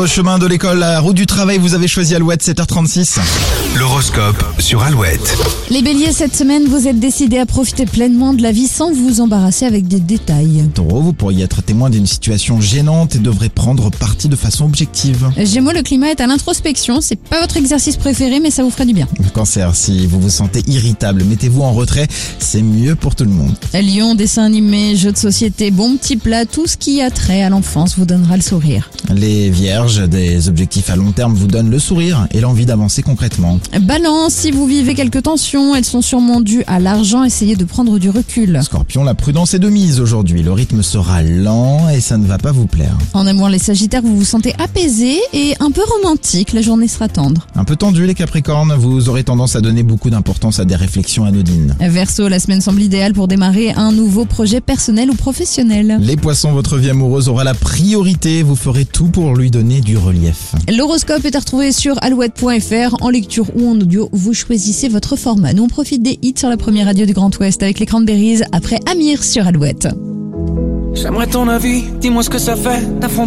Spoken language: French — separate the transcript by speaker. Speaker 1: Au chemin de l'école, la route du travail, vous avez choisi Alouette 7h36.
Speaker 2: L'horoscope sur Alouette.
Speaker 3: Les béliers, cette semaine, vous êtes décidés à profiter pleinement de la vie sans vous embarrasser avec des détails.
Speaker 1: Taureau, vous pourriez être témoin d'une situation gênante et devrez prendre parti de façon objective.
Speaker 3: Gémeaux, le climat est à l'introspection, c'est pas votre exercice préféré, mais ça vous fera du bien.
Speaker 1: Cancer, si vous vous sentez irritable, mettez-vous en retrait, c'est mieux pour tout le monde.
Speaker 3: Lyon, dessin animé, jeux de société, bon petit plat, tout ce qui a trait à l'enfance vous donnera le sourire.
Speaker 1: Les vierges, des objectifs à long terme vous donnent le sourire et l'envie d'avancer concrètement.
Speaker 3: Balance, si vous vivez quelques tensions, elles sont sûrement dues à l'argent, essayez de prendre du recul.
Speaker 1: Scorpion, la prudence est de mise aujourd'hui, le rythme sera lent et ça ne va pas vous plaire.
Speaker 3: En amour, les sagittaires, vous vous sentez apaisés et un peu romantique, la journée sera tendre.
Speaker 1: Un peu tendu les capricornes, vous aurez tendance à donner beaucoup d'importance à des réflexions anodines.
Speaker 3: Verseau, la semaine semble idéale pour démarrer un nouveau projet personnel ou professionnel.
Speaker 1: Les poissons, votre vie amoureuse aura la priorité, vous ferez tout pour lui donner du relief.
Speaker 3: L'horoscope est à retrouver sur alouette.fr en lecture ou en audio. Vous choisissez votre format. Nous, on profite des hits sur la première radio du Grand Ouest avec les Cranberries après Amir sur Alouette.
Speaker 4: J'aimerais ton avis, dis-moi ce que ça fait d'affronter.